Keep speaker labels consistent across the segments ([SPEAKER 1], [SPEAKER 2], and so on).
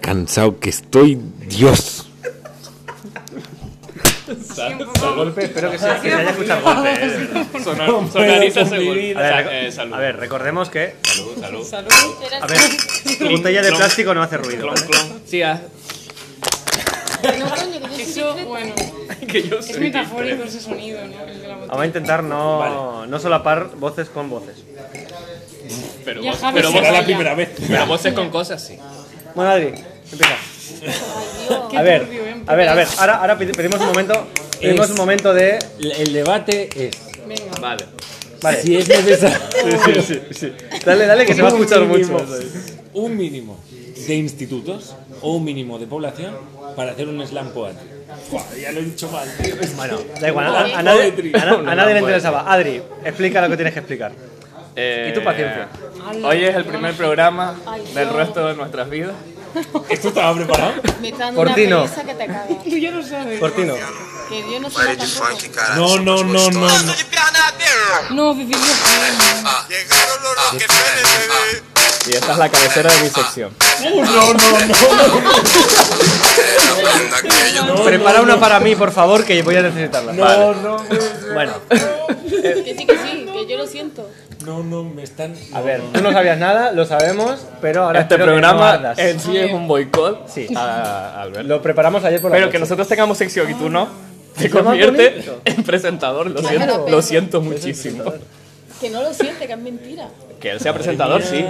[SPEAKER 1] cansado que estoy, Dios.
[SPEAKER 2] Los golpes, espero que se, que se haya escuchado el golpe. eh.
[SPEAKER 3] Sonar-
[SPEAKER 4] puedo
[SPEAKER 3] Sonariza según.
[SPEAKER 4] convivir.
[SPEAKER 2] A ver,
[SPEAKER 3] Eh,
[SPEAKER 2] a
[SPEAKER 3] salud.
[SPEAKER 2] ver, recordemos que.
[SPEAKER 3] Salud, salud.
[SPEAKER 4] Salud.
[SPEAKER 2] A ver, tu botella de
[SPEAKER 3] clon.
[SPEAKER 2] plástico no hace ruido. ¿eh?
[SPEAKER 3] Clon,
[SPEAKER 2] ¿vale?
[SPEAKER 3] clon.
[SPEAKER 4] Sí, ah,
[SPEAKER 5] No, coño, que yo soy
[SPEAKER 4] Eso,
[SPEAKER 5] secreta.
[SPEAKER 4] bueno.
[SPEAKER 3] Que yo
[SPEAKER 4] Es
[SPEAKER 3] soy
[SPEAKER 4] metafórico ese sonido, ¿no? El de la
[SPEAKER 2] Vamos a
[SPEAKER 4] botella.
[SPEAKER 2] intentar no, no solapar voces con voces.
[SPEAKER 3] diferente. Pero
[SPEAKER 4] Ya
[SPEAKER 3] vos,
[SPEAKER 4] Javi
[SPEAKER 3] pero
[SPEAKER 4] se
[SPEAKER 3] vos,
[SPEAKER 4] va
[SPEAKER 3] pero
[SPEAKER 4] a
[SPEAKER 3] vos,
[SPEAKER 4] primera
[SPEAKER 3] vez. con cosas, sí.
[SPEAKER 2] Bueno, Adri, empieza.
[SPEAKER 4] Qué
[SPEAKER 2] A ver,
[SPEAKER 4] turbio, ¿eh?
[SPEAKER 2] a ver, a ver. Ahora, ahora pedi- pedimos un momento. Pedimos
[SPEAKER 4] Es-
[SPEAKER 2] un momento de.
[SPEAKER 1] El, el debate es
[SPEAKER 4] Venga.
[SPEAKER 3] Vale.
[SPEAKER 2] Vale.
[SPEAKER 1] si es necesario
[SPEAKER 2] Sí, sí, sí. Dale, dale, que se va a escuchar mucho.
[SPEAKER 1] un mínimo de institutos o un mínimo de población para hacer un slam poetry. Buah, ya lo he dicho mal, tío.
[SPEAKER 2] Bueno, da igual, a, a- a nadie, a na- a nadie le interesaba. Adri, explica lo que tienes que explicar.
[SPEAKER 3] Eh,
[SPEAKER 2] Y tu paciencia.
[SPEAKER 3] Hoy es el primer programa
[SPEAKER 5] Ay,
[SPEAKER 3] del
[SPEAKER 5] no.
[SPEAKER 3] resto de nuestras vidas.
[SPEAKER 1] ¿Esto estaba preparado?
[SPEAKER 5] Me está dando una
[SPEAKER 2] Cortino.
[SPEAKER 5] pereza que te cagas.
[SPEAKER 4] Tú ya lo sabes.
[SPEAKER 2] Cortino.
[SPEAKER 5] Que Dios no se
[SPEAKER 6] Ready
[SPEAKER 5] mata
[SPEAKER 6] to
[SPEAKER 5] tampoco.
[SPEAKER 6] funky, cara.
[SPEAKER 1] No,
[SPEAKER 6] Eso,
[SPEAKER 1] no,
[SPEAKER 6] pues,
[SPEAKER 1] no,
[SPEAKER 6] pues,
[SPEAKER 1] no,
[SPEAKER 6] todo.
[SPEAKER 1] no.
[SPEAKER 4] No, Fifi, yo.
[SPEAKER 6] Ah, Llegaron los Rockefeller,
[SPEAKER 3] Y
[SPEAKER 6] bebé.
[SPEAKER 3] esta es la cabecera de mi sección.
[SPEAKER 1] no, no, no.
[SPEAKER 6] Anda aquello.
[SPEAKER 2] Prepara una para mí, por favor, que voy a necesitarla.
[SPEAKER 1] No, no, me-
[SPEAKER 2] Bueno,
[SPEAKER 3] Este
[SPEAKER 5] Que sí, que sí, que yo lo siento.
[SPEAKER 1] no, no, me están.
[SPEAKER 2] a ver, tú no sabías nada, lo sabemos, pero ahora
[SPEAKER 3] Este
[SPEAKER 2] espero que no
[SPEAKER 3] programa
[SPEAKER 2] ardas.
[SPEAKER 3] en sí es un boicot
[SPEAKER 2] Sí.
[SPEAKER 3] a Alberto.
[SPEAKER 2] lo preparamos ayer por la
[SPEAKER 3] Pero que
[SPEAKER 2] noche.
[SPEAKER 3] nosotros tengamos sección y tú no, te
[SPEAKER 2] Es lo más
[SPEAKER 3] convierte
[SPEAKER 2] bonito.
[SPEAKER 3] en presentador. Lo siento, lo siento muchísimo.
[SPEAKER 5] Que no lo siente, que es mentira.
[SPEAKER 3] Que él sea presentador, sí.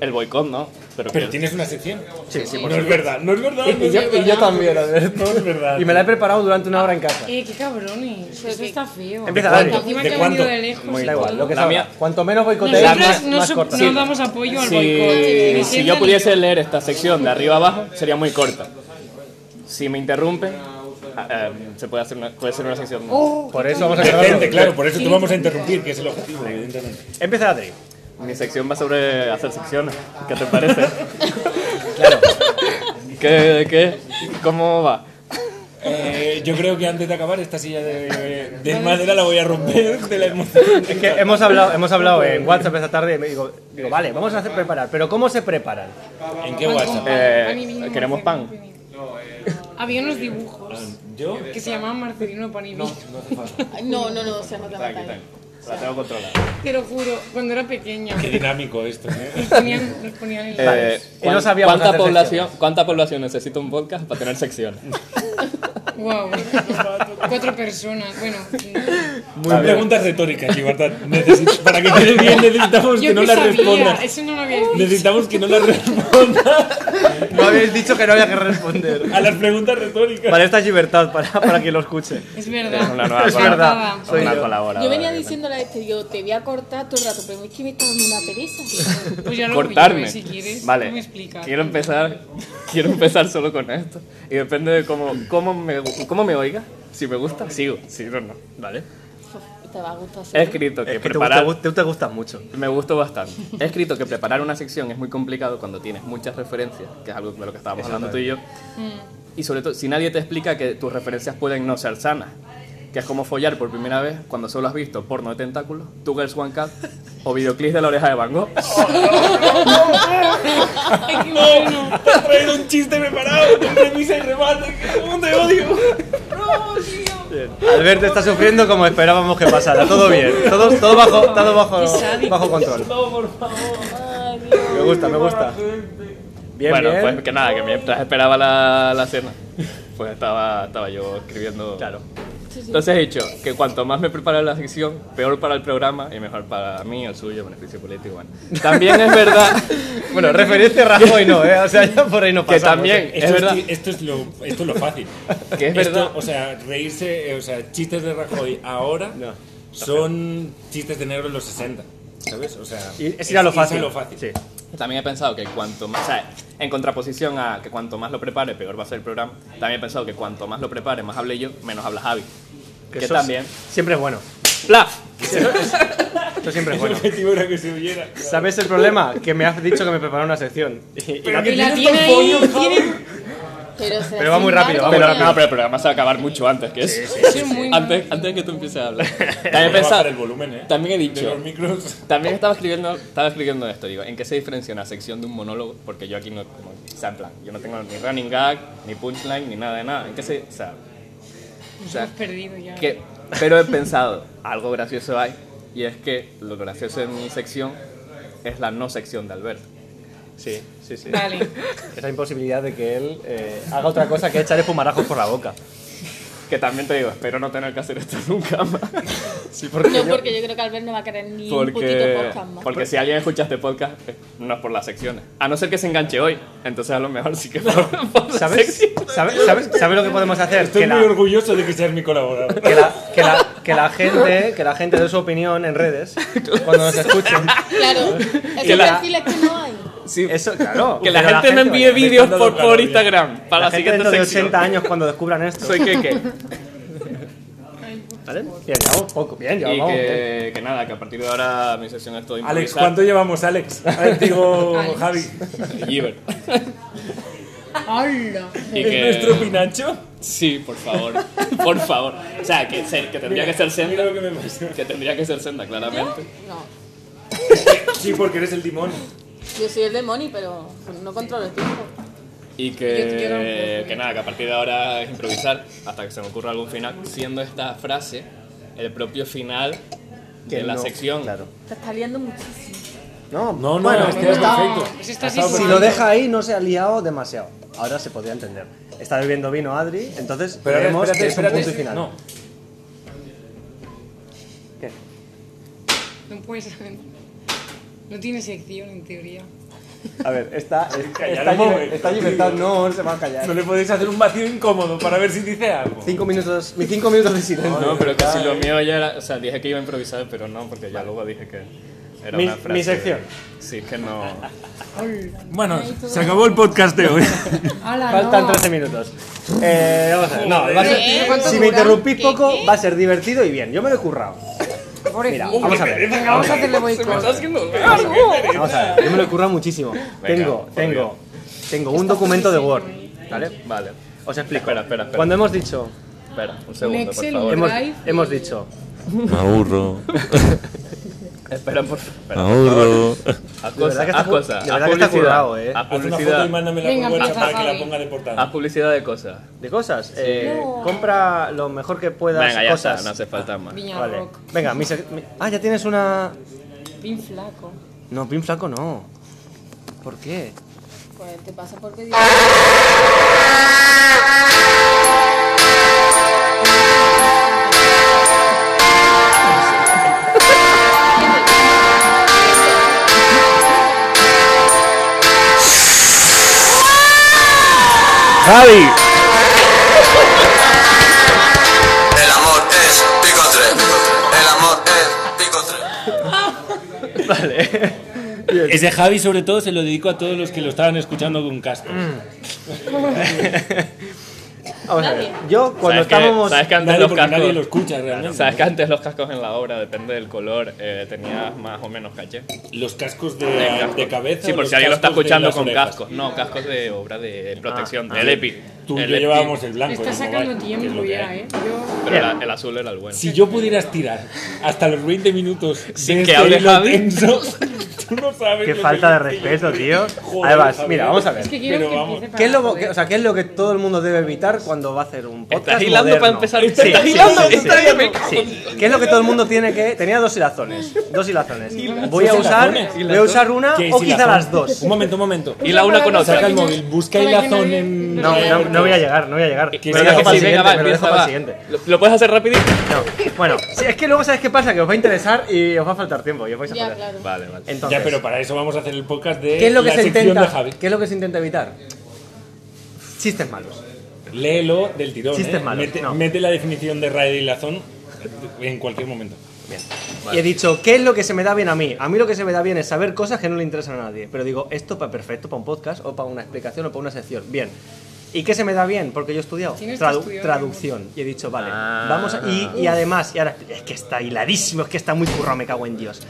[SPEAKER 3] El boicot no. Pero,
[SPEAKER 1] Pero
[SPEAKER 3] que-
[SPEAKER 1] tienes una sección.
[SPEAKER 2] Sí, sí, por
[SPEAKER 1] No es verdad, no es verdad. no
[SPEAKER 2] Y
[SPEAKER 1] es
[SPEAKER 2] yo,
[SPEAKER 1] verdad.
[SPEAKER 2] y yo también, Alberto.
[SPEAKER 1] No es verdad.
[SPEAKER 2] Y me la he preparado durante una hora en casa.
[SPEAKER 4] Eh, qué cabrones. Eso está feo.
[SPEAKER 2] Empieza,
[SPEAKER 4] Porque
[SPEAKER 2] Dani.
[SPEAKER 4] Encima
[SPEAKER 1] ¿De
[SPEAKER 4] que ha
[SPEAKER 1] cuánto?
[SPEAKER 4] venido de lejos. y
[SPEAKER 2] Da igual,
[SPEAKER 4] todo.
[SPEAKER 2] lo que
[SPEAKER 3] La
[SPEAKER 2] sea.
[SPEAKER 3] mía-
[SPEAKER 2] Cuanto menos boicoteéis,
[SPEAKER 4] Nosotros
[SPEAKER 2] más,
[SPEAKER 4] no,
[SPEAKER 2] más
[SPEAKER 4] so-
[SPEAKER 2] corta.
[SPEAKER 4] no damos apoyo al boicot.
[SPEAKER 3] Si,
[SPEAKER 4] Me
[SPEAKER 3] si
[SPEAKER 4] sientan
[SPEAKER 3] yo
[SPEAKER 4] y
[SPEAKER 3] pudiese leer esta sección de arriba abajo, sería muy corta. Si me interrumpen, ah, eh, se puede hacer una, puede ser una sección.
[SPEAKER 2] Por eso vamos a
[SPEAKER 1] Depende,
[SPEAKER 2] acabar.
[SPEAKER 1] claro, por eso te vamos a interrumpir, que es el objetivo, evidentemente.
[SPEAKER 2] Empieza Adri.
[SPEAKER 3] Mi sección va sobre hacer secciones. ¿Qué te parece?
[SPEAKER 2] Claro.
[SPEAKER 3] ¿Qué, qué? ¿Cómo va?
[SPEAKER 1] Eh, yo creo que antes de acabar esta silla de, de madera la voy a romper de la emoción.
[SPEAKER 2] Es que hemos hablado, hemos hablado en WhatsApp esta tarde y me digo, digo, vale, vamos a hacer preparar, pero ¿cómo se preparan?
[SPEAKER 1] ¿En qué WhatsApp?
[SPEAKER 3] Eh, ¿Queremos pan?
[SPEAKER 4] Había unos dibujos
[SPEAKER 1] Yo
[SPEAKER 4] que se llamaban Marcelino Panini.
[SPEAKER 5] Ay, No, no, no, o sea, no te mata.
[SPEAKER 3] La tengo controlada.
[SPEAKER 4] Te lo juro, cuando era pequeña.
[SPEAKER 1] Qué dinámico esto, ¿eh?
[SPEAKER 4] Nos ponían, nos ponían en la.
[SPEAKER 3] Eh,
[SPEAKER 2] Y no
[SPEAKER 3] ¿cuán-
[SPEAKER 2] sabíamos
[SPEAKER 3] ¿cuánta,
[SPEAKER 2] hacer
[SPEAKER 3] población,
[SPEAKER 2] secciones.
[SPEAKER 3] ¿Cuánta población necesita un podcast para tener secciones?
[SPEAKER 4] Wow. Cuatro personas. Bueno.
[SPEAKER 1] Muy preguntas retóricas, Gibartán. Necesit- Para que quede bien necesitamos
[SPEAKER 4] Yo
[SPEAKER 1] que no
[SPEAKER 4] qué
[SPEAKER 1] las
[SPEAKER 4] sabía,
[SPEAKER 1] respondas.
[SPEAKER 4] Eso no lo había dicho.
[SPEAKER 1] Necesitamos que no las respondas
[SPEAKER 2] No habéis dicho que no había que responder.
[SPEAKER 1] a las preguntas retóricas.
[SPEAKER 2] Vale, esta es libertad para, para quien lo escuche.
[SPEAKER 4] Es verdad.
[SPEAKER 3] Es una nueva
[SPEAKER 2] Es
[SPEAKER 3] colab-
[SPEAKER 2] verdad,
[SPEAKER 3] una
[SPEAKER 2] soy yo.
[SPEAKER 3] colaboradora.
[SPEAKER 5] Yo venía diciéndole a este, digo, te voy a cortar todo el rato, pero es que me está dando una pereza.
[SPEAKER 4] Pues ya lo
[SPEAKER 3] cortarme.
[SPEAKER 4] pillo, si quieres.
[SPEAKER 3] vale.
[SPEAKER 4] Tú me explicas.
[SPEAKER 3] Quiero empezar, quiero empezar solo con esto. Y depende de cómo, cómo, me, cómo me oiga. Si me gusta, sigo. Si no, no. Vale.
[SPEAKER 5] Te va a gustar.
[SPEAKER 3] He
[SPEAKER 5] seguro.
[SPEAKER 3] escrito que,
[SPEAKER 2] Es que te, gusta,
[SPEAKER 3] preparar.
[SPEAKER 2] gu- te- te gustas mucho.
[SPEAKER 3] me gustó bastante. He escrito que preparar una sección es muy complicado cuando tienes muchas referencias, que es algo de lo que estábamos hablando tú y yo. Y sobre todo, si nadie te explica que tus referencias pueden no ser sanas, que es como follar por primera vez cuando solo has visto porno de tentáculos, Two Girls One Cup o videoclips de la oreja de Van Gogh.
[SPEAKER 4] Ay, qué bueno.
[SPEAKER 1] Te has traído un chiste preparado con premisa y remate. ¿Cómo te odio?
[SPEAKER 2] Alberto está sufriendo como esperábamos que pasara. Todo bien. Todo, todo bajo, todo bajo, bajo control. Me gusta, me gusta. Bien,
[SPEAKER 3] bueno,
[SPEAKER 2] bien.
[SPEAKER 3] pues que nada, que mientras esperaba la, la cena, pues estaba, estaba yo escribiendo. Claro. Entonces he dicho que cuanto más me prepara la sección, peor para el programa y mejor para mí, el suyo, beneficio político. Bueno. También es verdad,
[SPEAKER 2] Bueno, referencia a Rajoy no, ¿eh? O sea, ya por ahí no
[SPEAKER 3] Que
[SPEAKER 2] pasamos.
[SPEAKER 3] también-
[SPEAKER 2] ¿eh?
[SPEAKER 1] Esto
[SPEAKER 3] Es verdad.
[SPEAKER 1] ti- esto, es lo, esto es lo fácil.
[SPEAKER 3] Que es
[SPEAKER 1] Esto,
[SPEAKER 3] verdad.
[SPEAKER 1] o sea, reírse, eh, o sea, chistes de Rajoy ahora
[SPEAKER 2] No,
[SPEAKER 1] son chistes de negro en los 60. ¿Sabes? O sea,
[SPEAKER 2] Y- Es ir a lo fácil.
[SPEAKER 1] lo fácil.
[SPEAKER 2] Sí.
[SPEAKER 3] también he pensado que cuanto más, o sea, en contraposición a que cuanto más lo prepare, peor va a ser el programa, también he pensado que cuanto más lo prepare, más hable yo, menos habla Javi. Que,
[SPEAKER 2] eso
[SPEAKER 3] también.
[SPEAKER 2] Siempre es bueno.
[SPEAKER 3] ¡Pla!
[SPEAKER 2] Esto siempre es
[SPEAKER 1] El
[SPEAKER 2] bueno.
[SPEAKER 1] objetivo era que se huyera.
[SPEAKER 2] ¿Sabes el problema? Que me has dicho que me preparara una sección. Y- y la-
[SPEAKER 4] Y la tiene ahí. Tiene,
[SPEAKER 5] Pero, será
[SPEAKER 2] Pero va
[SPEAKER 5] sin
[SPEAKER 2] muy rápido,
[SPEAKER 5] embargo,
[SPEAKER 1] Ah,
[SPEAKER 2] va muy
[SPEAKER 3] Pero,
[SPEAKER 5] una-
[SPEAKER 2] rápido.
[SPEAKER 3] no, pero el programa se va a acabar mucho antes que eso.
[SPEAKER 4] Es muy
[SPEAKER 3] Antes, antes de que tú empieces a hablar. También he
[SPEAKER 1] Voy a
[SPEAKER 3] pensado-
[SPEAKER 1] bajar el volumen, ¿eh?
[SPEAKER 3] también he
[SPEAKER 1] De
[SPEAKER 3] dicho,
[SPEAKER 1] los micros.
[SPEAKER 3] También estaba escribiendo, estaba escribiendo esto, digo, ¿en qué se diferencia una sección de un monólogo? Porque yo aquí no, como, o sea, en plan, yo no tengo ni running gag, ni punchline, ni nada de nada. ¿En qué se, o sea, o sea,
[SPEAKER 4] Has perdido ya.
[SPEAKER 3] que, pero he pensado, algo gracioso hay, y es que lo gracioso de mi sección es la no sección de Alberto.
[SPEAKER 2] Sí, sí, sí.
[SPEAKER 4] Vale.
[SPEAKER 2] Esa imposibilidad de que él eh, haga otra cosa que echarle fumarajos por la boca.
[SPEAKER 3] Que también te digo, espero no tener que hacer esto nunca más. Sí,
[SPEAKER 5] No, porque yo creo que Albert no va a querer ni un putito
[SPEAKER 3] Porque,
[SPEAKER 5] podcast más.
[SPEAKER 3] porque si alguien escucha este podcast, eh, no es por las secciones. A no ser que se enganche hoy, entonces a lo mejor sí que por, por las
[SPEAKER 2] ¿Sabes?
[SPEAKER 3] secciones.
[SPEAKER 2] ¿Sabes, sabes, sabes lo que podemos hacer?
[SPEAKER 1] Estoy
[SPEAKER 2] Que la,
[SPEAKER 1] muy orgulloso de que seas mi colaborador.
[SPEAKER 2] que la, que la- que la gente, que la gente dé su opinión en redes cuando nos escuchen.
[SPEAKER 5] Claro, es que
[SPEAKER 3] la-
[SPEAKER 5] perfiles que no hay.
[SPEAKER 3] Sí,
[SPEAKER 2] Eso, claro.
[SPEAKER 3] que la
[SPEAKER 2] pero
[SPEAKER 3] gente, me envíe
[SPEAKER 2] oye,
[SPEAKER 3] vídeos por,
[SPEAKER 1] dando
[SPEAKER 3] por
[SPEAKER 1] calor ya.
[SPEAKER 3] Instagram para
[SPEAKER 2] La
[SPEAKER 3] la,
[SPEAKER 2] gente
[SPEAKER 3] siguiente
[SPEAKER 2] dentro de
[SPEAKER 3] sección.
[SPEAKER 2] 80 años cuando descubran esto.
[SPEAKER 3] Soy Keke.
[SPEAKER 2] ¿Vale? Bien, llevamos poco. Bien,
[SPEAKER 3] Y
[SPEAKER 2] llevamos. bien.
[SPEAKER 3] que, que nada, que a partir de ahora mi sección es todo
[SPEAKER 1] Alex,
[SPEAKER 3] improvisar.
[SPEAKER 1] ¿cuánto llevamos, Alex? A ver, digo,
[SPEAKER 4] Alex.
[SPEAKER 1] Javi.
[SPEAKER 3] Giver.
[SPEAKER 4] ¡Hala!
[SPEAKER 3] Y
[SPEAKER 1] ¿Es nuestro
[SPEAKER 3] que...
[SPEAKER 1] Pinacho?
[SPEAKER 3] Sí, por favor. Por favor. O sea, que, se- que tendría que ser senda.
[SPEAKER 1] Mira lo que me emociona.
[SPEAKER 3] Que tendría que ser senda, claramente.
[SPEAKER 5] No,
[SPEAKER 1] Sí, porque eres el timón.
[SPEAKER 5] yo soy el demonio, pero no controlo el tiempo.
[SPEAKER 3] Y
[SPEAKER 4] Yo te quiero un
[SPEAKER 3] que,
[SPEAKER 4] poco.
[SPEAKER 3] que nada, que a partir de ahora es improvisar hasta que se me ocurra algún final, siendo esta frase el propio final
[SPEAKER 2] Que
[SPEAKER 3] de la
[SPEAKER 2] no,
[SPEAKER 3] sección.
[SPEAKER 2] Claro.
[SPEAKER 5] Te está liando muchísimo.
[SPEAKER 2] No,
[SPEAKER 1] No, no,
[SPEAKER 2] bueno,
[SPEAKER 1] es que es
[SPEAKER 4] no,
[SPEAKER 1] perfecto.
[SPEAKER 4] se está
[SPEAKER 1] Ha estado
[SPEAKER 4] situando.
[SPEAKER 2] Si
[SPEAKER 1] perfecto.
[SPEAKER 2] lo deja ahí, no se ha liado demasiado. Ahora se podría entender. Está bebiendo vino Adri, entonces
[SPEAKER 1] Pero ahora,
[SPEAKER 2] creemos
[SPEAKER 1] espérate,
[SPEAKER 2] que es un punto
[SPEAKER 1] espérate.
[SPEAKER 2] y final.
[SPEAKER 1] No,
[SPEAKER 4] No puedes. No tiene sección en teoría.
[SPEAKER 2] A ver, está,
[SPEAKER 1] Callar
[SPEAKER 2] está,
[SPEAKER 1] un momento,
[SPEAKER 2] está libertad, no, se va a callar.
[SPEAKER 1] no le podéis hacer un vacío incómodo para ver si dice algo.
[SPEAKER 2] Cinco minutos, mis cinco minutos de silencio.
[SPEAKER 3] No, pero que si lo mío ya era. O sea, dije que iba a improvisar, pero no, porque ya luego dije que era
[SPEAKER 2] Mi-
[SPEAKER 3] una frase.
[SPEAKER 2] mi sección.
[SPEAKER 3] Sí, es que no.
[SPEAKER 4] ¡Hala!
[SPEAKER 1] Bueno, se acabó el podcast de hoy.
[SPEAKER 4] ¡Hala!
[SPEAKER 2] Faltan
[SPEAKER 4] Ah, no!
[SPEAKER 2] 13 minutos. Eh, vamos a ver, no, va a ser-
[SPEAKER 4] ¿Eh? ¿Cuánto
[SPEAKER 2] si me
[SPEAKER 4] dura?
[SPEAKER 2] interrumpís
[SPEAKER 5] ¿Qué,
[SPEAKER 2] poco,
[SPEAKER 5] qué?
[SPEAKER 2] va a ser divertido y bien. Yo me lo he currado. Mira,
[SPEAKER 4] Pobrecillo.
[SPEAKER 2] vamos a ver.
[SPEAKER 4] Venga, vamos a hacerle boicot.
[SPEAKER 2] Vamos a ver, yo me lo he currado muchísimo. tengo,
[SPEAKER 3] por
[SPEAKER 2] tengo, tengo un documento de Word. ¿Vale?
[SPEAKER 3] Vale.
[SPEAKER 2] Os explico.
[SPEAKER 3] Espera, espera, espera.
[SPEAKER 2] Cuando hemos dicho,
[SPEAKER 3] Espera, un segundo, por
[SPEAKER 4] Excel,
[SPEAKER 3] favor.
[SPEAKER 4] ¿no?
[SPEAKER 2] hemos,
[SPEAKER 4] Drive.
[SPEAKER 2] hemos dicho,
[SPEAKER 7] Me aburro,
[SPEAKER 3] Espera, por favor.
[SPEAKER 7] me aburro.
[SPEAKER 3] Haz
[SPEAKER 2] De verdad
[SPEAKER 3] cosas,
[SPEAKER 2] que está
[SPEAKER 3] haz
[SPEAKER 2] cu-
[SPEAKER 3] cosas.
[SPEAKER 2] de
[SPEAKER 3] Haz
[SPEAKER 2] verdad que está currado,
[SPEAKER 3] publicidad.
[SPEAKER 2] eh.
[SPEAKER 3] Haz
[SPEAKER 1] Haz una foto y
[SPEAKER 3] publicidad.
[SPEAKER 1] mándame la
[SPEAKER 4] Venga,
[SPEAKER 1] buena
[SPEAKER 4] empieza,
[SPEAKER 1] para que la
[SPEAKER 4] Javi.
[SPEAKER 1] ponga de portada.
[SPEAKER 3] Haz publicidad de cosas.
[SPEAKER 2] de cosas. eh, Compra lo mejor que puedas.
[SPEAKER 3] Venga, ya
[SPEAKER 2] cosas.
[SPEAKER 3] está, no hace falta más.
[SPEAKER 4] Viña
[SPEAKER 2] Vale.
[SPEAKER 4] Rock.
[SPEAKER 2] Venga, mi sec- mi- Ah, ya tienes una.
[SPEAKER 4] Pin flaco.
[SPEAKER 2] No, Pin Flaco no. ¿Por qué?
[SPEAKER 5] Pues te pasa por pedir.
[SPEAKER 1] Javi,
[SPEAKER 6] El amor es pico 3. El amor es pico 3.
[SPEAKER 1] ese Javi sobre todo se lo dedico a todos los que lo estaban escuchando con casco.
[SPEAKER 2] Vamos a ver. Yo, cuando
[SPEAKER 3] ¿Sabes que-
[SPEAKER 2] estábamos.
[SPEAKER 3] ¿Sabes que antes
[SPEAKER 1] Nadie,
[SPEAKER 3] los
[SPEAKER 1] porque nadie lo
[SPEAKER 3] cascos?
[SPEAKER 1] escucha realmente.
[SPEAKER 3] ¿Sabes que antes los cascos en la obra, depende del color, eh, tenías más o menos caché?
[SPEAKER 1] Los cascos de,
[SPEAKER 3] De casco.
[SPEAKER 1] de cabeza.
[SPEAKER 3] Sí,
[SPEAKER 1] o
[SPEAKER 3] por
[SPEAKER 1] los
[SPEAKER 3] si alguien lo está
[SPEAKER 1] cascos de
[SPEAKER 3] escuchando
[SPEAKER 1] las
[SPEAKER 3] con
[SPEAKER 1] orejas.
[SPEAKER 3] cascos. No, cascos de obra de protección,
[SPEAKER 2] Ah,
[SPEAKER 3] del EPI.
[SPEAKER 1] Tú y
[SPEAKER 3] El
[SPEAKER 1] yo
[SPEAKER 3] EPI,
[SPEAKER 1] llevábamos el blanco.
[SPEAKER 4] Está
[SPEAKER 1] el mobile, que
[SPEAKER 4] sacando
[SPEAKER 1] es lo
[SPEAKER 4] tiempo
[SPEAKER 1] que
[SPEAKER 4] ya,
[SPEAKER 1] hay.
[SPEAKER 4] ¿eh? Yo.
[SPEAKER 3] Pero la- el azul era el bueno.
[SPEAKER 1] Si yo pudiera estirar hasta los 20 minutos
[SPEAKER 3] Sin
[SPEAKER 1] de
[SPEAKER 3] que
[SPEAKER 1] este
[SPEAKER 3] hable
[SPEAKER 1] hilo
[SPEAKER 3] Javi.
[SPEAKER 1] tenso, tú no sabes.
[SPEAKER 2] Qué
[SPEAKER 1] lo
[SPEAKER 2] falta de
[SPEAKER 1] que-
[SPEAKER 2] respeto, tío.
[SPEAKER 1] Joder,
[SPEAKER 2] Además,
[SPEAKER 1] Javier.
[SPEAKER 2] mira, vamos a ver.
[SPEAKER 4] Es que quiero
[SPEAKER 1] Pero
[SPEAKER 4] que
[SPEAKER 1] vamos.
[SPEAKER 4] empiece para
[SPEAKER 2] ¿Qué es, lo,
[SPEAKER 4] poder-
[SPEAKER 2] que- o sea, ¿Qué es lo que todo el mundo debe evitar cuando va a hacer un podcast?
[SPEAKER 3] Estás hilando
[SPEAKER 2] moderno?
[SPEAKER 3] para empezar.
[SPEAKER 2] Sí,
[SPEAKER 3] Estás
[SPEAKER 2] sí,
[SPEAKER 3] hilando,
[SPEAKER 2] sí,
[SPEAKER 3] estás
[SPEAKER 2] sí.
[SPEAKER 3] hilando.
[SPEAKER 2] Sí. ¿Qué es lo que todo el mundo tiene que.? Tenía dos hilazones. Dos hilazones. Voy a
[SPEAKER 1] ¿Dos
[SPEAKER 2] usar,
[SPEAKER 1] hilazones?
[SPEAKER 2] voy a usar una
[SPEAKER 1] ¿Qué,
[SPEAKER 2] o
[SPEAKER 1] si
[SPEAKER 2] quizá
[SPEAKER 1] son-
[SPEAKER 2] las dos.
[SPEAKER 1] Un momento, un momento.
[SPEAKER 3] Y la una con otra.
[SPEAKER 1] Saca el móvil, busca
[SPEAKER 4] Para que
[SPEAKER 1] hilazón
[SPEAKER 4] nadie-
[SPEAKER 1] en.
[SPEAKER 2] No, no, no voy a llegar, no voy a llegar. Me
[SPEAKER 1] sí,
[SPEAKER 2] lo dejo
[SPEAKER 1] que
[SPEAKER 2] para el
[SPEAKER 1] sí,
[SPEAKER 2] siguiente.
[SPEAKER 3] venga, va,
[SPEAKER 2] me lo dejo
[SPEAKER 3] empieza,
[SPEAKER 2] para el
[SPEAKER 3] va.
[SPEAKER 2] siguiente.
[SPEAKER 3] ¿Lo, lo puedes hacer rapidito?
[SPEAKER 2] No. Bueno, sí, es que luego sabes qué pasa, que os va a interesar y os va a faltar tiempo y os vais a
[SPEAKER 5] Ya,
[SPEAKER 2] joder.
[SPEAKER 5] claro.
[SPEAKER 3] Vale, vale.
[SPEAKER 2] Entonces,
[SPEAKER 1] Ya, pero para eso vamos a hacer el podcast de
[SPEAKER 2] ¿qué es lo que
[SPEAKER 1] la
[SPEAKER 2] se
[SPEAKER 1] sección de
[SPEAKER 2] intenta?
[SPEAKER 1] Javi.
[SPEAKER 2] ¿Qué es lo que se intenta evitar? Chistes malos.
[SPEAKER 1] Léelo del tirón.
[SPEAKER 2] Chistes
[SPEAKER 1] ¿eh?
[SPEAKER 2] malos,
[SPEAKER 1] mete,
[SPEAKER 2] no.
[SPEAKER 1] mete la definición de radio de hilazón en cualquier momento.
[SPEAKER 2] Y he dicho, ¿qué es lo que se me da bien a mí? A mí lo que se me da bien es saber cosas que no le interesan a nadie. Pero digo, esto para perfecto para un podcast o para una explicación o para una sección. Bien. ¿Y qué se me da bien? Porque yo he estudiado
[SPEAKER 4] Tienes que
[SPEAKER 2] tradu-
[SPEAKER 4] estudiar,
[SPEAKER 2] traducción. Y he dicho, vale, vamos a...
[SPEAKER 1] Ah.
[SPEAKER 2] Y, y además, y ahora, es que está hiladísimo, es que está muy currado, me cago en Dios.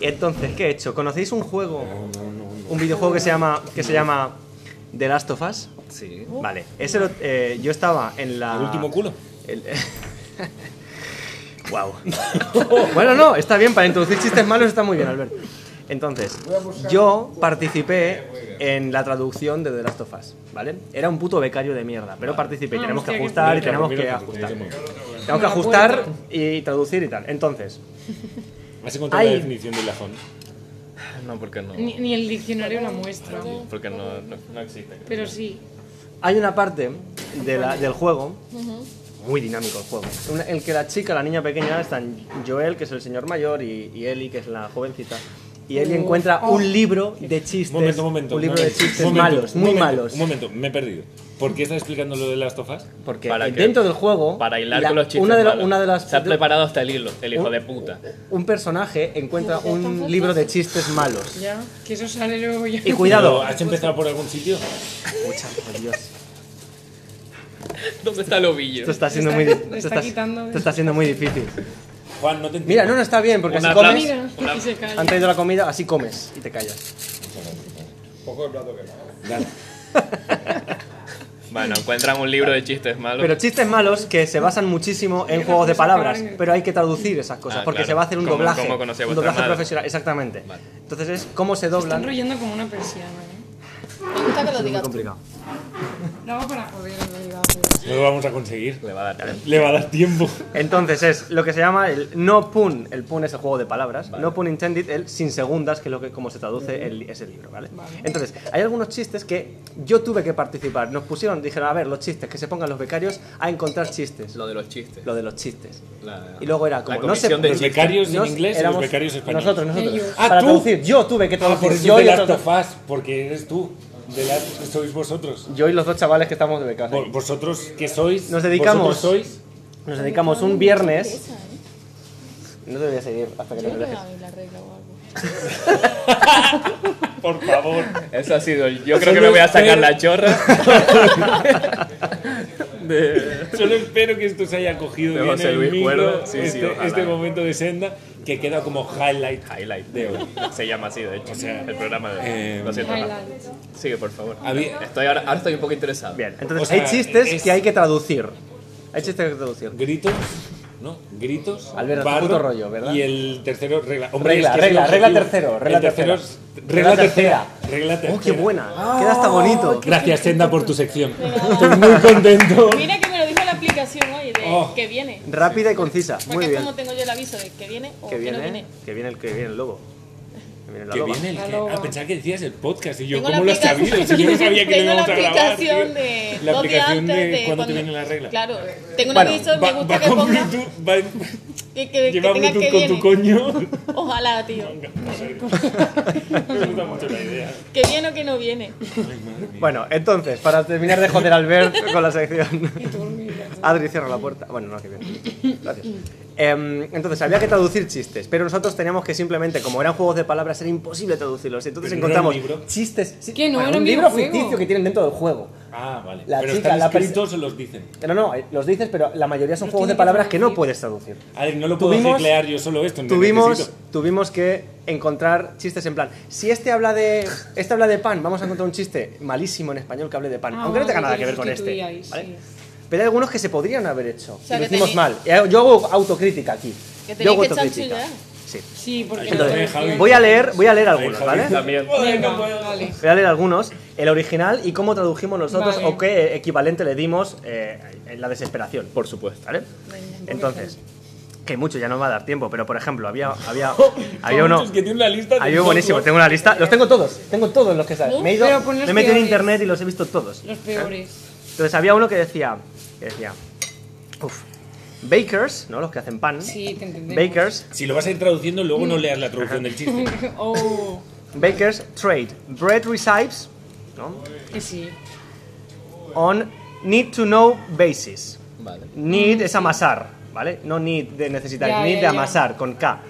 [SPEAKER 2] Entonces, ¿qué he hecho? ¿Conocéis un juego? Un videojuego que se llama... Que se llama The Last of Us.
[SPEAKER 8] Sí.
[SPEAKER 2] Vale, ese lo- eh, yo estaba en la.
[SPEAKER 1] ¿El último culo?
[SPEAKER 2] El- Guau. bueno, no, está bien, para introducir chistes malos está muy bien, Albert. Entonces, yo participé en la traducción de The Last of Us, ¿vale? Era un puto becario de mierda, pero participé, y
[SPEAKER 4] Ah,
[SPEAKER 2] tenemos que
[SPEAKER 4] hostia, qué
[SPEAKER 2] ajustar y
[SPEAKER 1] Mira,
[SPEAKER 2] tenemos
[SPEAKER 1] mira,
[SPEAKER 2] que
[SPEAKER 1] mira,
[SPEAKER 2] ajustar.
[SPEAKER 1] mira, mira.
[SPEAKER 2] Tenemos que
[SPEAKER 4] Me
[SPEAKER 2] ajustar
[SPEAKER 4] acuerdo.
[SPEAKER 2] y traducir y tal. Entonces,
[SPEAKER 1] ¿Has encontrado la
[SPEAKER 2] Ay.
[SPEAKER 1] definición de lajón?
[SPEAKER 3] No, porque no.
[SPEAKER 4] Ni, ni el diccionario la muestra.
[SPEAKER 3] Porque no, no, no existe.
[SPEAKER 4] Pero sí.
[SPEAKER 2] Hay una parte de la- del juego, muy dinámico el juego, una- en que la chica, la niña pequeña, están Joel, que es el señor mayor, y, y Ellie, que es la jovencita. Y Ellie encuentra
[SPEAKER 4] Oh.
[SPEAKER 2] un libro de chistes.
[SPEAKER 1] Momento, momento.
[SPEAKER 2] Un libro
[SPEAKER 1] momento,
[SPEAKER 2] de chistes
[SPEAKER 1] momento,
[SPEAKER 2] malos, muy
[SPEAKER 1] momento,
[SPEAKER 2] malos.
[SPEAKER 1] Un momento, me he perdido. ¿Por qué estás explicando lo de las tofas?
[SPEAKER 2] Porque
[SPEAKER 3] ¿Para
[SPEAKER 2] eh,
[SPEAKER 3] qué?
[SPEAKER 2] dentro del juego.
[SPEAKER 3] Para hilar
[SPEAKER 2] la-
[SPEAKER 3] con los chistes
[SPEAKER 2] Una de, la-
[SPEAKER 3] malos.
[SPEAKER 2] una de las.
[SPEAKER 3] Se ha
[SPEAKER 2] de-
[SPEAKER 3] preparado hasta el hilo, el hijo
[SPEAKER 2] Un-
[SPEAKER 3] de puta.
[SPEAKER 2] un personaje encuentra un libro de chistes malos.
[SPEAKER 4] Ya. Que eso sale luego ya.
[SPEAKER 2] Y cuidado.
[SPEAKER 1] Pero, ¿Has empezado por algún sitio?
[SPEAKER 2] Escucha, por Dios.
[SPEAKER 3] ¿Dónde está el ovillo?
[SPEAKER 2] Esto está siendo
[SPEAKER 4] está-
[SPEAKER 2] muy, di- esto
[SPEAKER 4] me está
[SPEAKER 2] está-
[SPEAKER 4] quitando de-
[SPEAKER 2] esto está siendo muy difícil.
[SPEAKER 1] Juan, no te entiendo.
[SPEAKER 2] Mira, no, no está bien, porque
[SPEAKER 3] Una
[SPEAKER 2] así comes.
[SPEAKER 4] Mira, y se calla.
[SPEAKER 2] Han traído la comida, así comes y te callas.
[SPEAKER 1] Dale.
[SPEAKER 3] Bueno, encuentran un libro de chistes malos.
[SPEAKER 2] Pero chistes malos que se basan muchísimo en juegos pues, de palabras, pero hay que traducir esas cosas,
[SPEAKER 3] Ah,
[SPEAKER 2] porque
[SPEAKER 3] claro.
[SPEAKER 2] se va a hacer un
[SPEAKER 3] Como-
[SPEAKER 2] doblaje.
[SPEAKER 3] como conocí a
[SPEAKER 2] un
[SPEAKER 3] vuestra
[SPEAKER 2] doblaje
[SPEAKER 3] madre.
[SPEAKER 2] profesional, exactamente.
[SPEAKER 3] Vale.
[SPEAKER 2] Entonces es cómo se
[SPEAKER 4] Está
[SPEAKER 2] doblan.
[SPEAKER 4] enrollando como una persiana, ¿eh?
[SPEAKER 5] Me gusta que lo
[SPEAKER 2] Muy
[SPEAKER 5] digas. tú.
[SPEAKER 2] complicado.
[SPEAKER 4] Lo hago para joder, lo digo.
[SPEAKER 1] No lo vamos a conseguir.
[SPEAKER 3] Le va a dar tiempo.
[SPEAKER 1] Le va a dar tiempo.
[SPEAKER 2] Ah, Entonces es lo que se llama el no pun. El pun es el juego de palabras. No pun intended, el sin segundas, que es lo que, como se traduce el, ese libro, ¿vale? Entonces, hay algunos chistes que yo tuve que participar. Nos pusieron, dijeron, a ver, los chistes, que se pongan los becarios a encontrar chistes.
[SPEAKER 3] Lo de los chistes.
[SPEAKER 2] Lo de los chistes.
[SPEAKER 3] La-
[SPEAKER 2] Y luego era como,
[SPEAKER 3] la
[SPEAKER 2] no sé,
[SPEAKER 3] comisión de
[SPEAKER 1] Los
[SPEAKER 3] chistes.
[SPEAKER 1] becarios en
[SPEAKER 2] Nos-
[SPEAKER 1] inglés y los
[SPEAKER 2] éramos
[SPEAKER 1] becarios españoles.
[SPEAKER 2] Nosotros, nosotros.
[SPEAKER 4] Ellos.
[SPEAKER 1] Ah,
[SPEAKER 2] Para
[SPEAKER 1] ¿tú?
[SPEAKER 2] traducir, yo tuve que
[SPEAKER 1] Ah, por
[SPEAKER 2] traducir.
[SPEAKER 1] eso
[SPEAKER 2] Yo
[SPEAKER 1] de
[SPEAKER 2] y, los
[SPEAKER 1] las
[SPEAKER 2] dos,
[SPEAKER 1] tofas, porque eres tú. De las sois vosotros.
[SPEAKER 2] yo y los dos chavales que estamos de becas.
[SPEAKER 1] Vo- Vosotros que sois.
[SPEAKER 2] Nos dedicamos.
[SPEAKER 1] Vosotros sois.
[SPEAKER 2] Nos dedicamos un
[SPEAKER 5] Esa,
[SPEAKER 2] viernes.
[SPEAKER 5] ¿eh?
[SPEAKER 2] No te voy a seguir hasta que no
[SPEAKER 5] Creo
[SPEAKER 2] me
[SPEAKER 5] que
[SPEAKER 2] dejes.
[SPEAKER 5] la la regla o algo.
[SPEAKER 1] Por favor.
[SPEAKER 3] Eso ha sido. Yo
[SPEAKER 1] Eso
[SPEAKER 3] creo que
[SPEAKER 1] no
[SPEAKER 3] me voy a
[SPEAKER 1] es
[SPEAKER 3] sacar
[SPEAKER 1] fair.
[SPEAKER 3] la chorra.
[SPEAKER 1] Solo espero que esto se haya cogido
[SPEAKER 3] De
[SPEAKER 1] bien
[SPEAKER 3] José
[SPEAKER 1] en
[SPEAKER 3] Luis
[SPEAKER 1] micro,
[SPEAKER 3] Cuerda. Sí, sí,
[SPEAKER 1] este,
[SPEAKER 3] ojalá.
[SPEAKER 1] este momento de senda que queda como highlight.
[SPEAKER 3] Highlight
[SPEAKER 1] De hoy.
[SPEAKER 3] Se llama así, de hecho. el programa de.
[SPEAKER 1] eh,
[SPEAKER 3] lo siento.
[SPEAKER 4] Highlight.
[SPEAKER 3] Sigue, por favor.
[SPEAKER 1] Había-
[SPEAKER 3] Estoy ahora, ahora estoy un poco interesado.
[SPEAKER 2] Bien, entonces
[SPEAKER 1] O sea,
[SPEAKER 2] hay chistes
[SPEAKER 1] es-
[SPEAKER 2] que hay que traducir. Hay chistes que traducir.
[SPEAKER 1] Gritos, ¿no? Gritos.
[SPEAKER 2] Alberto,
[SPEAKER 1] barro,
[SPEAKER 2] puto rollo, ¿verdad?
[SPEAKER 1] Y el tercero, regla.
[SPEAKER 2] Regla,
[SPEAKER 1] es que es
[SPEAKER 2] regla,
[SPEAKER 1] el
[SPEAKER 2] regla
[SPEAKER 1] objetivo.
[SPEAKER 2] tercero, regla
[SPEAKER 1] El tercero
[SPEAKER 2] tercera.
[SPEAKER 1] es- Regla
[SPEAKER 2] Regla
[SPEAKER 1] tercera.
[SPEAKER 2] tercera.
[SPEAKER 1] Regla tercera.
[SPEAKER 2] ¡Oh, qué buena!
[SPEAKER 1] Ah,
[SPEAKER 2] Queda hasta
[SPEAKER 5] Oh,
[SPEAKER 2] bonito.
[SPEAKER 1] Gracias, Senda, por tu sección. Estoy muy contento.
[SPEAKER 5] Mira que me lo dijo la aplicación hoy, de
[SPEAKER 1] Oh.
[SPEAKER 5] que viene.
[SPEAKER 2] Rápida y concisa.
[SPEAKER 5] Porque
[SPEAKER 2] Muy
[SPEAKER 5] es
[SPEAKER 2] bien.
[SPEAKER 5] como tengo yo el aviso de que viene o
[SPEAKER 2] Que
[SPEAKER 5] que, no
[SPEAKER 2] viene,
[SPEAKER 5] viene.
[SPEAKER 2] que viene el que viene el lobo. Que viene la
[SPEAKER 1] Que
[SPEAKER 2] loba.
[SPEAKER 1] viene el que.
[SPEAKER 4] loba.
[SPEAKER 1] Ah, pensaba que decías el podcast. Y yo,
[SPEAKER 5] Tengo
[SPEAKER 1] ¿cómo lo
[SPEAKER 5] la
[SPEAKER 1] has sabido?
[SPEAKER 5] aplicación-
[SPEAKER 1] Si yo no sabía que lo
[SPEAKER 5] Tengo
[SPEAKER 1] íbamos a
[SPEAKER 5] la
[SPEAKER 1] grabar.
[SPEAKER 5] aplicación
[SPEAKER 1] tío.
[SPEAKER 5] de
[SPEAKER 1] La
[SPEAKER 5] dos días
[SPEAKER 1] aplicación
[SPEAKER 5] antes
[SPEAKER 1] de,
[SPEAKER 5] de
[SPEAKER 1] cuando
[SPEAKER 5] cuando-
[SPEAKER 1] te viene la regla.
[SPEAKER 5] Claro, tengo un
[SPEAKER 2] Bueno,
[SPEAKER 5] aviso, me
[SPEAKER 1] Va,
[SPEAKER 5] gusta
[SPEAKER 1] va
[SPEAKER 5] que
[SPEAKER 1] con
[SPEAKER 5] ponga
[SPEAKER 1] Bluetooth, va en-
[SPEAKER 5] que, que, que
[SPEAKER 1] lleva
[SPEAKER 5] tenga que
[SPEAKER 1] Bluetooth con
[SPEAKER 5] viene.
[SPEAKER 1] tu coño.
[SPEAKER 5] Ojalá, tío.
[SPEAKER 1] Me gusta mucho la idea.
[SPEAKER 5] Que viene o que no viene.
[SPEAKER 2] Bueno, entonces, para terminar de joder al Albert con la sección. Adri, cierra la puerta. Bueno, no, que bien. Gracias. Em, entonces, había que traducir chistes, pero nosotros teníamos que simplemente, como eran juegos de palabras, era imposible traducirlos. Entonces
[SPEAKER 1] Pero no era un
[SPEAKER 2] encontramos
[SPEAKER 1] libro.
[SPEAKER 2] chistes. sí,
[SPEAKER 4] Que no,
[SPEAKER 2] bueno,
[SPEAKER 4] era
[SPEAKER 2] un
[SPEAKER 4] un
[SPEAKER 2] libro
[SPEAKER 4] videojuego.
[SPEAKER 2] ficticio que tienen dentro del juego.
[SPEAKER 1] Ah, vale.
[SPEAKER 2] La
[SPEAKER 1] Pero
[SPEAKER 2] chica,
[SPEAKER 1] están
[SPEAKER 2] la
[SPEAKER 1] escritos o los dicen.
[SPEAKER 2] No, no, eh, los dices, pero la mayoría son
[SPEAKER 4] No
[SPEAKER 2] juegos de
[SPEAKER 4] tiene que
[SPEAKER 2] palabras que no
[SPEAKER 4] traducir.
[SPEAKER 2] puedes traducir.
[SPEAKER 1] A ver, no lo puedo
[SPEAKER 2] Tuvimos-
[SPEAKER 1] teclear yo solo esto.
[SPEAKER 2] Tuvimos,
[SPEAKER 1] necesito.
[SPEAKER 2] tuvimos que encontrar chistes en plan, si este habla de este habla de pan, vamos a encontrar un chiste malísimo en español que hable de pan,
[SPEAKER 4] Ah,
[SPEAKER 2] aunque no tenga nada
[SPEAKER 4] vale, que
[SPEAKER 2] que ver con este.
[SPEAKER 4] sustituíais,
[SPEAKER 2] ¿vale?
[SPEAKER 4] sí.
[SPEAKER 2] Pero hay algunos que se podrían haber hecho.
[SPEAKER 5] sea,
[SPEAKER 2] y lo
[SPEAKER 5] que
[SPEAKER 2] hicimos
[SPEAKER 5] tenéis-
[SPEAKER 2] mal. Y hago- Yo hago autocrítica aquí.
[SPEAKER 5] Que
[SPEAKER 2] yo
[SPEAKER 5] tenéis
[SPEAKER 2] hago
[SPEAKER 5] que echar
[SPEAKER 2] autocrítica.
[SPEAKER 5] chulada.
[SPEAKER 2] Sí.
[SPEAKER 4] Sí, porque
[SPEAKER 3] eh,
[SPEAKER 1] Entonces,
[SPEAKER 4] no te
[SPEAKER 1] Javi.
[SPEAKER 2] Voy a leer, voy a leer algunos, ¿vale?
[SPEAKER 3] También.
[SPEAKER 4] Venga, vale.
[SPEAKER 2] Voy a leer algunos, el original y cómo tradujimos nosotros
[SPEAKER 4] Vale.
[SPEAKER 2] o qué equivalente le dimos eh, en la desesperación.
[SPEAKER 3] Por supuesto.
[SPEAKER 2] ¿vale? Entonces, que mucho ya no me va a dar tiempo, pero por ejemplo, había, había, había
[SPEAKER 1] Son
[SPEAKER 2] uno.
[SPEAKER 1] muchos que tienen la lista de
[SPEAKER 2] Había uno
[SPEAKER 1] todos
[SPEAKER 2] buenísimo,
[SPEAKER 1] los-
[SPEAKER 2] tengo una lista, los tengo todos, tengo todos los que salen.
[SPEAKER 4] Uh,
[SPEAKER 2] Me he ido,
[SPEAKER 4] pero pon
[SPEAKER 2] me
[SPEAKER 4] los
[SPEAKER 2] he metido en
[SPEAKER 4] peores.
[SPEAKER 2] internet y los he visto todos.
[SPEAKER 4] Los peores.
[SPEAKER 2] Entonces había uno que decía, que decía, uff, bakers, ¿no? Los que hacen pan.
[SPEAKER 4] Sí, te entendemos.
[SPEAKER 2] Bakers,
[SPEAKER 1] Si lo vas a ir traduciendo, luego no leas la traducción del chiste.
[SPEAKER 4] Oh,
[SPEAKER 2] bakers trade bread recipes, ¿no?
[SPEAKER 4] que sí.
[SPEAKER 2] On need to know basis.
[SPEAKER 3] Vale.
[SPEAKER 2] Need es amasar, ¿vale? No need de necesitar,
[SPEAKER 4] Ya,
[SPEAKER 2] need
[SPEAKER 4] ya,
[SPEAKER 2] de
[SPEAKER 4] ya.
[SPEAKER 2] amasar, con K.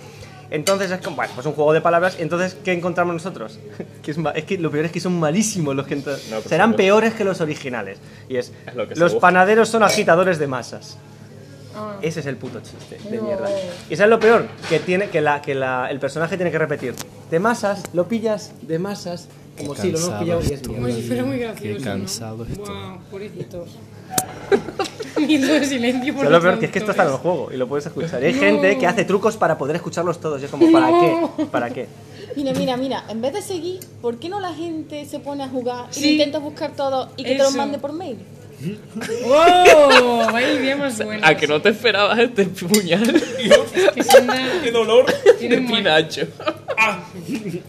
[SPEAKER 2] Entonces es como, bueno, pues un juego de palabras. Entonces, ¿qué encontramos nosotros? que es, ma- es que lo peor es que son malísimos los que entra-
[SPEAKER 3] No, por
[SPEAKER 2] Serán
[SPEAKER 3] supuesto.
[SPEAKER 2] peores que los originales. Y es,
[SPEAKER 3] Es lo que se
[SPEAKER 2] los
[SPEAKER 3] busca".
[SPEAKER 2] panaderos son agitadores de masas.
[SPEAKER 4] Ah.
[SPEAKER 2] Ese es el puto chiste de mierda. ¿Y sabes lo peor? Que, tiene, que, la, que la- el personaje tiene que repetir. De masas, lo pillas, de masas, como si lo hemos pillado y es mierda.
[SPEAKER 4] Oye, pero muy
[SPEAKER 8] Qué
[SPEAKER 4] gracioso.
[SPEAKER 8] cansado
[SPEAKER 4] ¿no?
[SPEAKER 8] estoy.
[SPEAKER 4] Wow, pobrecitos. Minuto de silencio por
[SPEAKER 2] Pero lo
[SPEAKER 4] los
[SPEAKER 2] peor que es que esto está en el
[SPEAKER 4] autores.
[SPEAKER 2] juego y lo puedes escuchar. Y hay gente que hace trucos para poder escucharlos todos. Y es como, ¿para qué? ¿Para qué?
[SPEAKER 5] Mira, mira, mira, en vez de seguir, ¿por qué no la gente se pone a jugar y lo
[SPEAKER 4] Sí.
[SPEAKER 5] intenta buscar todo y que te lo
[SPEAKER 4] Eso.
[SPEAKER 5] mande por mail?
[SPEAKER 4] ¡Wow! Hay ideas más buenas.
[SPEAKER 3] A Ah, que no te esperabas este puñal
[SPEAKER 4] Que se anda-
[SPEAKER 1] ¡Qué dolor!
[SPEAKER 3] de
[SPEAKER 4] tienen mal-
[SPEAKER 3] pinacho. Ay,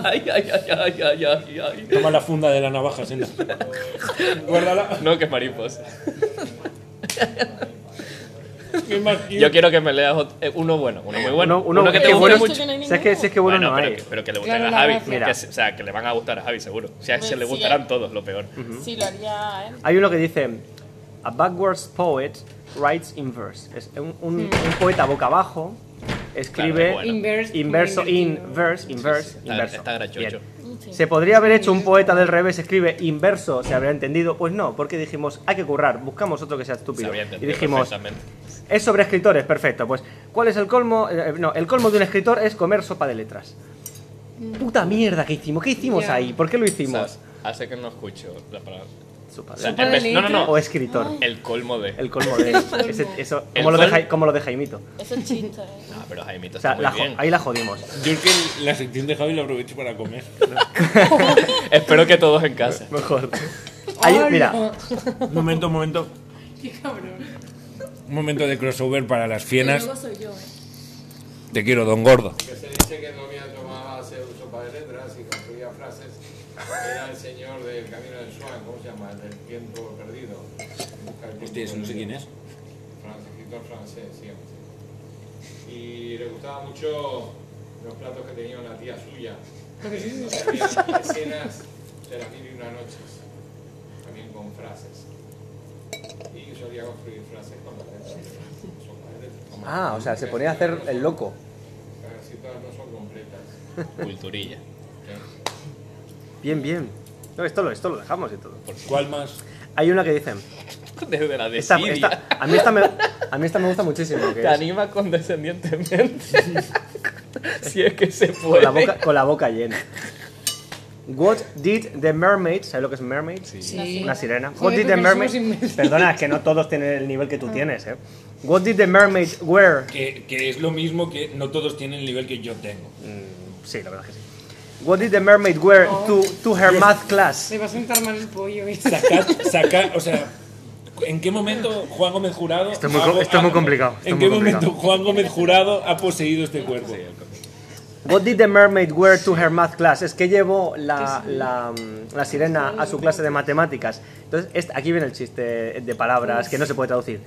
[SPEAKER 3] ay, ay, ay, ay, ay, ay.
[SPEAKER 1] Toma la funda de la navaja, Senda. Guárdala.
[SPEAKER 3] No, que es mariposa.
[SPEAKER 1] Qué más
[SPEAKER 3] Yo quiero que me leas ot- eh, uno bueno, uno muy bueno.
[SPEAKER 2] Uno- uno-
[SPEAKER 3] que
[SPEAKER 2] es
[SPEAKER 3] te
[SPEAKER 2] que
[SPEAKER 3] guste
[SPEAKER 2] bueno-
[SPEAKER 3] mucho.
[SPEAKER 5] no hay
[SPEAKER 2] Si es que, si es que bueno, no
[SPEAKER 3] pero,
[SPEAKER 2] hay.
[SPEAKER 3] que, pero que le gusten
[SPEAKER 4] Claro,
[SPEAKER 3] a
[SPEAKER 4] la
[SPEAKER 3] Javi.
[SPEAKER 4] gracia.
[SPEAKER 3] que se- o sea, que le van a gustar a Javi, seguro. O sea,
[SPEAKER 5] Pues
[SPEAKER 3] se le
[SPEAKER 5] sí.
[SPEAKER 3] gustarán todos, lo peor.
[SPEAKER 1] Mm.
[SPEAKER 5] Sí, lo haría, ¿eh?
[SPEAKER 2] Hay uno que dice, a backwards poet writes in verse. Es un, un- un poeta boca abajo escribe
[SPEAKER 3] Claro, bueno.
[SPEAKER 4] Inverse,
[SPEAKER 2] inverso
[SPEAKER 4] como
[SPEAKER 2] in
[SPEAKER 4] invertido.
[SPEAKER 2] verse, inverse,
[SPEAKER 3] está-
[SPEAKER 2] inverso.
[SPEAKER 3] está grachocho.
[SPEAKER 2] Bien.
[SPEAKER 5] Sí.
[SPEAKER 2] Se podría haber hecho un poeta del revés, escribe inverso, se habría entendido. Pues no, porque dijimos, hay que currar, buscamos otro que sea estúpido.
[SPEAKER 3] Sabía
[SPEAKER 2] Y
[SPEAKER 3] entender
[SPEAKER 2] dijimos,
[SPEAKER 3] perfectamente.
[SPEAKER 2] Es sobre escritores, perfecto. Pues, ¿cuál es el colmo? Eh, no, el colmo de un escritor es comer sopa de letras. Puta mierda, ¿qué hicimos? ¿Qué hicimos
[SPEAKER 4] Ya.
[SPEAKER 2] ahí? ¿Por qué lo
[SPEAKER 3] O sea,
[SPEAKER 2] hicimos?
[SPEAKER 3] hace que no escucho la palabra.
[SPEAKER 2] Sopa
[SPEAKER 3] O
[SPEAKER 2] de
[SPEAKER 3] sea,
[SPEAKER 4] Sopa de
[SPEAKER 3] empe- no, no, no.
[SPEAKER 2] O escritor.
[SPEAKER 3] El colmo de.
[SPEAKER 2] Ah. El colmo de. ese- eso,
[SPEAKER 3] El
[SPEAKER 2] como, lo de
[SPEAKER 3] col-
[SPEAKER 2] Jai- como lo de Jaimito.
[SPEAKER 5] Eso es chiste. ¿eh?
[SPEAKER 3] Ah, pero Jaimito
[SPEAKER 2] O sea,
[SPEAKER 3] está muy
[SPEAKER 2] la jo-
[SPEAKER 3] bien.
[SPEAKER 2] ahí la jodimos.
[SPEAKER 1] Yo es que la sección de Javi la aprovecho para comer.
[SPEAKER 3] Espero que todos en casa.
[SPEAKER 2] Mejor. Hay-
[SPEAKER 4] ¡Hola!
[SPEAKER 2] mira,
[SPEAKER 1] Un momento, un momento.
[SPEAKER 4] ¡Qué cabrón!
[SPEAKER 1] Un momento de crossover para las fienas.
[SPEAKER 5] Luego soy yo, ¿eh?
[SPEAKER 1] Te quiero, don gordo.
[SPEAKER 9] que se dice que no había tomado hacer uso para letras y construía frases. Era el señor del camino del Swan, ¿cómo se llama? El del tiempo perdido. Busca el tiempo
[SPEAKER 1] Hostia, eso no sé
[SPEAKER 9] perdido.
[SPEAKER 1] quién es.
[SPEAKER 9] Fran- escritor francés, sí. Y le gustaban mucho los platos que tenía una tía suya. Había escenas de las mil y una noches, también con frases. Y solía construir frases con las letras. Son las letras.
[SPEAKER 2] ah, o sea, se ponía a hacer el loco.
[SPEAKER 9] Casi todas no son completas.
[SPEAKER 3] Culturilla.
[SPEAKER 2] Bien, bien. No, esto lo, esto lo dejamos y todo.
[SPEAKER 1] ¿Cuál más?
[SPEAKER 2] Hay una que dicen.
[SPEAKER 3] Desde la
[SPEAKER 2] esta-
[SPEAKER 3] desidia.
[SPEAKER 2] esta- a, mí esta me, a mí esta me gusta muchísimo.
[SPEAKER 3] Te
[SPEAKER 2] que es
[SPEAKER 3] anima condescendientemente. si es que se
[SPEAKER 2] con,
[SPEAKER 3] puede.
[SPEAKER 2] la boca, con la boca llena. What did the mermaid. ¿Sabes lo que es mermaid?
[SPEAKER 4] Sí.
[SPEAKER 2] Una sirena.
[SPEAKER 4] Joder,
[SPEAKER 2] What did the
[SPEAKER 4] porque no
[SPEAKER 2] mermaid?
[SPEAKER 4] somos Ah. inmensas.
[SPEAKER 2] Perdona, es que no todos tienen el nivel que tú tienes, ¿eh? What did the mermaid wear?
[SPEAKER 1] Que, que es lo mismo que no todos tienen el nivel que yo tengo.
[SPEAKER 2] Mm, sí, la verdad que sí. What did the mermaid wear
[SPEAKER 4] Oh.
[SPEAKER 2] to, to her math class?
[SPEAKER 4] Se va a sentar mal el pollo. ¿eh?
[SPEAKER 1] Sacad, sacad, o sea, ¿en qué momento Juan Gómez Jurado...
[SPEAKER 2] Esto es muy co- esto es muy complicado, esto
[SPEAKER 1] ¿En
[SPEAKER 2] es
[SPEAKER 1] qué
[SPEAKER 2] muy complicado.
[SPEAKER 1] momento Juan Gómez Jurado ha poseído este cuerpo?
[SPEAKER 2] What did the mermaid wear to her math class? Es que llevó la, la, mm, la sirena a su clase de matemáticas. Entonces, est- aquí viene el chiste de palabras que no se puede traducir.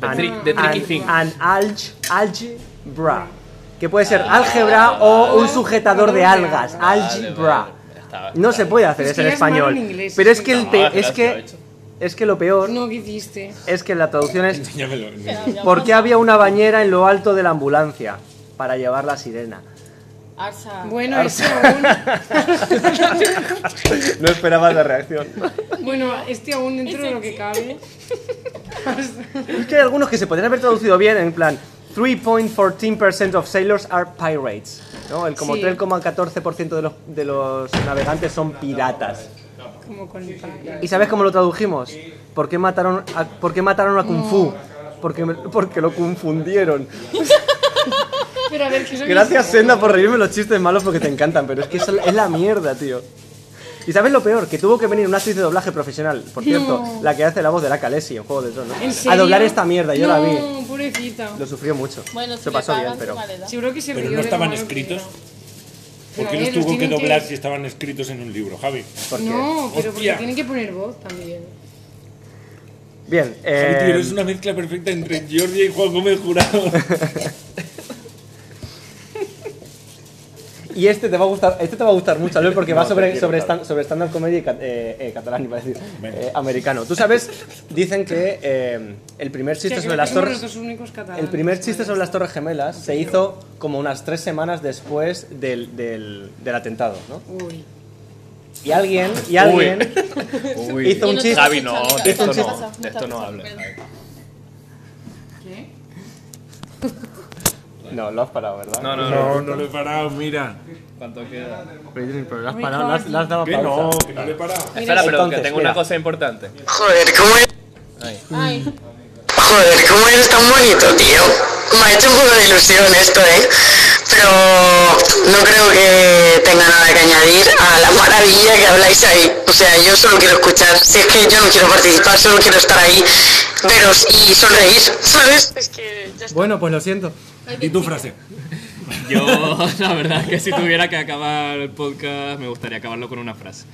[SPEAKER 3] The tri- the tricky thing.
[SPEAKER 2] an alg- algebra. Que puede ser álgebra o un sujetador de algas. Algebra.
[SPEAKER 3] Estaba-
[SPEAKER 2] No se puede hacer
[SPEAKER 4] Es
[SPEAKER 2] eso
[SPEAKER 4] que
[SPEAKER 2] en
[SPEAKER 4] ya es malo
[SPEAKER 2] español.
[SPEAKER 4] en inglés,
[SPEAKER 2] pero
[SPEAKER 4] sí.
[SPEAKER 2] es que, el
[SPEAKER 3] No,
[SPEAKER 2] pe-
[SPEAKER 3] pero
[SPEAKER 2] es,
[SPEAKER 3] es que Ah, lo he
[SPEAKER 2] que,
[SPEAKER 3] hecho.
[SPEAKER 2] es que lo peor
[SPEAKER 4] No, ¿qué hiciste?
[SPEAKER 2] es que la traducción es
[SPEAKER 1] Enséñamelo.
[SPEAKER 2] ¿Por qué había una bañera en lo alto de la ambulancia? Para llevar la sirena.
[SPEAKER 5] Arsa.
[SPEAKER 4] Bueno, eso aún...
[SPEAKER 2] No esperaba la reacción.
[SPEAKER 4] Bueno, este aún dentro de lo que cabe.
[SPEAKER 2] Es que hay algunos que se podrían haber traducido bien en plan 3.14% of sailors are pirates. ¿no? El como
[SPEAKER 4] Sí.
[SPEAKER 2] 3,14% de los, de los navegantes son piratas.
[SPEAKER 4] Como con el pan.
[SPEAKER 2] ¿Y sabes cómo lo tradujimos? ¿Por qué mataron a, por qué mataron a Kung Fu? Porque, me- porque lo confundieron.
[SPEAKER 4] Pero a ver, ¿qué es lo que
[SPEAKER 2] Gracias,
[SPEAKER 4] hiciste?
[SPEAKER 2] Senda, por reírme los chistes malos porque te encantan, pero es que eso es la mierda, tío. ¿Y sabes lo peor? Que tuvo que venir una actriz de doblaje profesional, por cierto,
[SPEAKER 4] No.
[SPEAKER 2] la que hace la voz de la Kalesi en Juego de Tronos,
[SPEAKER 4] ¿En
[SPEAKER 2] a
[SPEAKER 4] serio?
[SPEAKER 2] doblar esta mierda, yo la vi.
[SPEAKER 4] No, pobrecita.
[SPEAKER 2] Lo sufrió mucho.
[SPEAKER 5] Bueno, si
[SPEAKER 2] Se
[SPEAKER 5] le
[SPEAKER 2] pasó bien,
[SPEAKER 5] pagan,
[SPEAKER 2] pero...
[SPEAKER 5] vale, da.
[SPEAKER 4] Seguro que se
[SPEAKER 1] Pero no
[SPEAKER 4] rió de lo
[SPEAKER 1] estaban
[SPEAKER 4] malo que
[SPEAKER 1] escritos.
[SPEAKER 4] era.
[SPEAKER 1] ¿Por
[SPEAKER 4] Pero
[SPEAKER 1] qué
[SPEAKER 4] a
[SPEAKER 1] los
[SPEAKER 4] ver,
[SPEAKER 1] tuvo que
[SPEAKER 4] tienen
[SPEAKER 1] doblar si estaban escritos en un libro, Javi?
[SPEAKER 2] ¿por qué?
[SPEAKER 4] No, pero porque
[SPEAKER 1] Hostia.
[SPEAKER 4] tienen que poner voz también.
[SPEAKER 2] Bien,
[SPEAKER 1] Javi, tío,
[SPEAKER 2] eh,
[SPEAKER 1] eres una mezcla perfecta entre Georgia y Juan Gómez Jurado.
[SPEAKER 2] y este te va a gustar, este te va a gustar mucho, Albert, porque va sobre, sobre, stand, sobre stand-up comedy cat- eh, eh, catalán, iba a decir,
[SPEAKER 1] Venga.
[SPEAKER 2] eh, americano. Tú sabes, dicen que eh, el primer
[SPEAKER 4] O sea,
[SPEAKER 2] chiste
[SPEAKER 4] creo
[SPEAKER 2] sobre
[SPEAKER 4] que
[SPEAKER 2] las
[SPEAKER 4] somos
[SPEAKER 2] torres...
[SPEAKER 4] los dos únicos catalanes.
[SPEAKER 2] El primer chiste sobre las Torres Gemelas se hizo como unas tres semanas después del, del, del atentado, ¿no?
[SPEAKER 4] Uy.
[SPEAKER 2] Y alguien, y alguien
[SPEAKER 3] Uy.
[SPEAKER 2] hizo un
[SPEAKER 5] Yo no sé
[SPEAKER 2] chiste.
[SPEAKER 3] Javi, no, de
[SPEAKER 5] Hizo
[SPEAKER 3] esto
[SPEAKER 5] un
[SPEAKER 3] no,
[SPEAKER 5] chiste.
[SPEAKER 3] de esto no habla.
[SPEAKER 4] ¿Qué?
[SPEAKER 2] No, lo has parado, ¿verdad?
[SPEAKER 3] No, no, no.
[SPEAKER 1] No, no lo he parado, mira.
[SPEAKER 3] ¿Cuánto queda?
[SPEAKER 2] Pero lo has parado, lo has, lo has dado
[SPEAKER 1] Que
[SPEAKER 2] pausa.
[SPEAKER 1] no, que no lo he parado.
[SPEAKER 3] Espera, pero que
[SPEAKER 2] Entonces,
[SPEAKER 3] tengo
[SPEAKER 2] mira.
[SPEAKER 3] una cosa importante.
[SPEAKER 6] Joder, ¿cómo eres?
[SPEAKER 5] Ay,
[SPEAKER 6] Joder, ¿cómo eres tan bonito, tío? Me ha hecho un poco de ilusión esto, ¿eh? Pero no creo que tenga nada que añadir a la maravilla que habláis ahí. O sea, yo solo quiero escuchar. Si es que yo no quiero participar, solo quiero estar ahí, veros y sonreír, ¿sabes? Es que ya
[SPEAKER 2] Bueno, pues lo siento.
[SPEAKER 1] Y tu frase.
[SPEAKER 3] Yo, la verdad, que si tuviera que acabar el podcast, me gustaría acabarlo con una frase.